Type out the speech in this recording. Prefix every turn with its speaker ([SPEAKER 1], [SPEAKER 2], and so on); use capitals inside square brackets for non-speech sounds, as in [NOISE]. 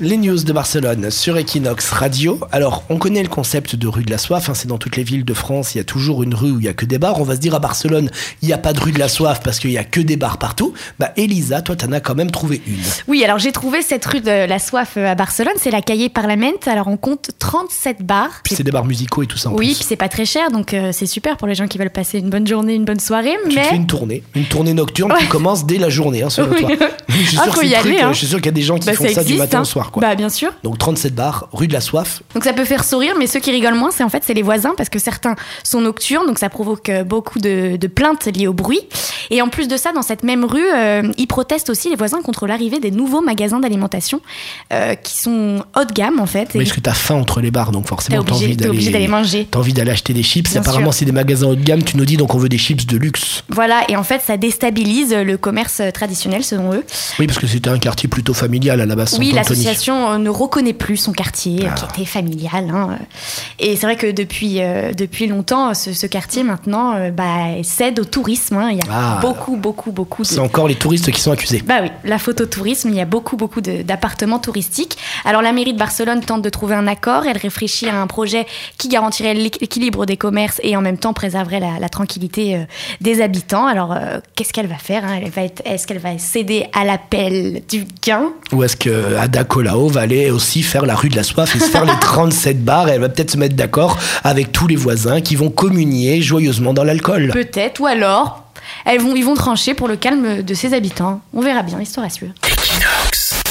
[SPEAKER 1] Les news de Barcelone sur Equinox Radio. Alors, on connaît le concept de rue de la soif. hein, c'est dans toutes les villes de France. Il y a toujours une rue où il y a que des bars. On va se dire à Barcelone, il n'y a pas de rue de la soif parce qu'il y a que des bars partout. Bah, Elisa, toi, t'en as quand même trouvé une.
[SPEAKER 2] Oui, alors j'ai trouvé cette rue de la soif euh, à Barcelone, c'est la Calle Parlament. Alors on compte 37 bars.
[SPEAKER 1] Puis c'est des bars musicaux et tout ça en
[SPEAKER 2] Oui, puis
[SPEAKER 1] plus.
[SPEAKER 2] c'est pas très cher, donc euh, c'est super pour les gens qui veulent passer une bonne journée, une bonne soirée.
[SPEAKER 1] Tu te fais
[SPEAKER 2] Mais
[SPEAKER 1] une tournée, une tournée nocturne qui
[SPEAKER 2] Ouais.
[SPEAKER 1] commence dès la journée, hein, selon
[SPEAKER 2] Oui.
[SPEAKER 1] toi.
[SPEAKER 2] [LAUGHS]
[SPEAKER 1] Je suis
[SPEAKER 2] Ah,
[SPEAKER 1] sûr
[SPEAKER 2] faut
[SPEAKER 1] que
[SPEAKER 2] y
[SPEAKER 1] c'est le
[SPEAKER 2] aller,
[SPEAKER 1] truc, euh,
[SPEAKER 2] hein.
[SPEAKER 1] je suis sûr qu'il y a des gens qui
[SPEAKER 2] bah,
[SPEAKER 1] font ça du matin
[SPEAKER 2] hein.
[SPEAKER 1] au soir, quoi.
[SPEAKER 2] Bah bien sûr.
[SPEAKER 1] Donc 37 bars, rue de la soif.
[SPEAKER 2] Donc ça peut faire sourire, mais ceux qui rigolent moins, c'est en fait c'est les voisins parce que certains sont nocturnes, donc ça provoque euh, beaucoup de, de plaintes liées au bruit. Et en plus de ça, dans cette même rue, euh, ils protestent aussi les voisins contre l'arrivée des nouveaux magasins d'alimentation euh, qui sont haut de gamme en fait.
[SPEAKER 1] Mais
[SPEAKER 2] Et
[SPEAKER 1] parce que t'as faim entre les bars, donc
[SPEAKER 2] t'es
[SPEAKER 1] forcément t'as
[SPEAKER 2] obligé
[SPEAKER 1] envie
[SPEAKER 2] t'es obligé d'aller
[SPEAKER 1] d'aller.
[SPEAKER 2] manger.
[SPEAKER 1] T'as envie d'aller acheter des chips.
[SPEAKER 2] Bien
[SPEAKER 1] Apparemment, c'est des magasins haut de gamme. Tu nous dis donc on veut des chips de luxe.
[SPEAKER 2] Voilà, et en fait, ça déstabilise le commerce traditionnel, selon eux.
[SPEAKER 1] Oui, parce que c'était un quartier plutôt familial à la base.
[SPEAKER 2] oui,
[SPEAKER 1] Saint-Anthony.
[SPEAKER 2] l'association euh, ne reconnaît plus son quartier, euh,
[SPEAKER 1] Ah.
[SPEAKER 2] qui était familial. hein. Et c'est vrai que depuis, euh, depuis longtemps, ce, ce quartier, maintenant, euh, bah, cède au tourisme. hein. Il y a
[SPEAKER 1] Ah.
[SPEAKER 2] beaucoup, beaucoup, beaucoup de...
[SPEAKER 1] C'est encore les touristes qui sont accusés.
[SPEAKER 2] Bah oui, la phototourisme, il y a beaucoup, beaucoup de- d'appartements touristiques. Alors la mairie de Barcelone tente de trouver un accord, elle réfléchit à un projet qui garantirait l'équ- l'équilibre des commerces et en même temps préserverait la, la tranquillité euh, des habitants. Alors euh, qu'est-ce qu'elle va faire hein Elle va être, Est-ce qu'elle va céder à l'appel du gain
[SPEAKER 1] Ou est-ce que Ada Colau va aller aussi faire la rue de la soif et se faire
[SPEAKER 2] [LAUGHS]
[SPEAKER 1] les 37 bars et elle va peut-être se mettre d'accord avec tous les voisins qui vont communier joyeusement dans l'alcool
[SPEAKER 2] Peut-être, ou alors elles vont, ils vont trancher pour le calme de ses habitants. On verra bien, histoire à suivre.
[SPEAKER 3] Equinox.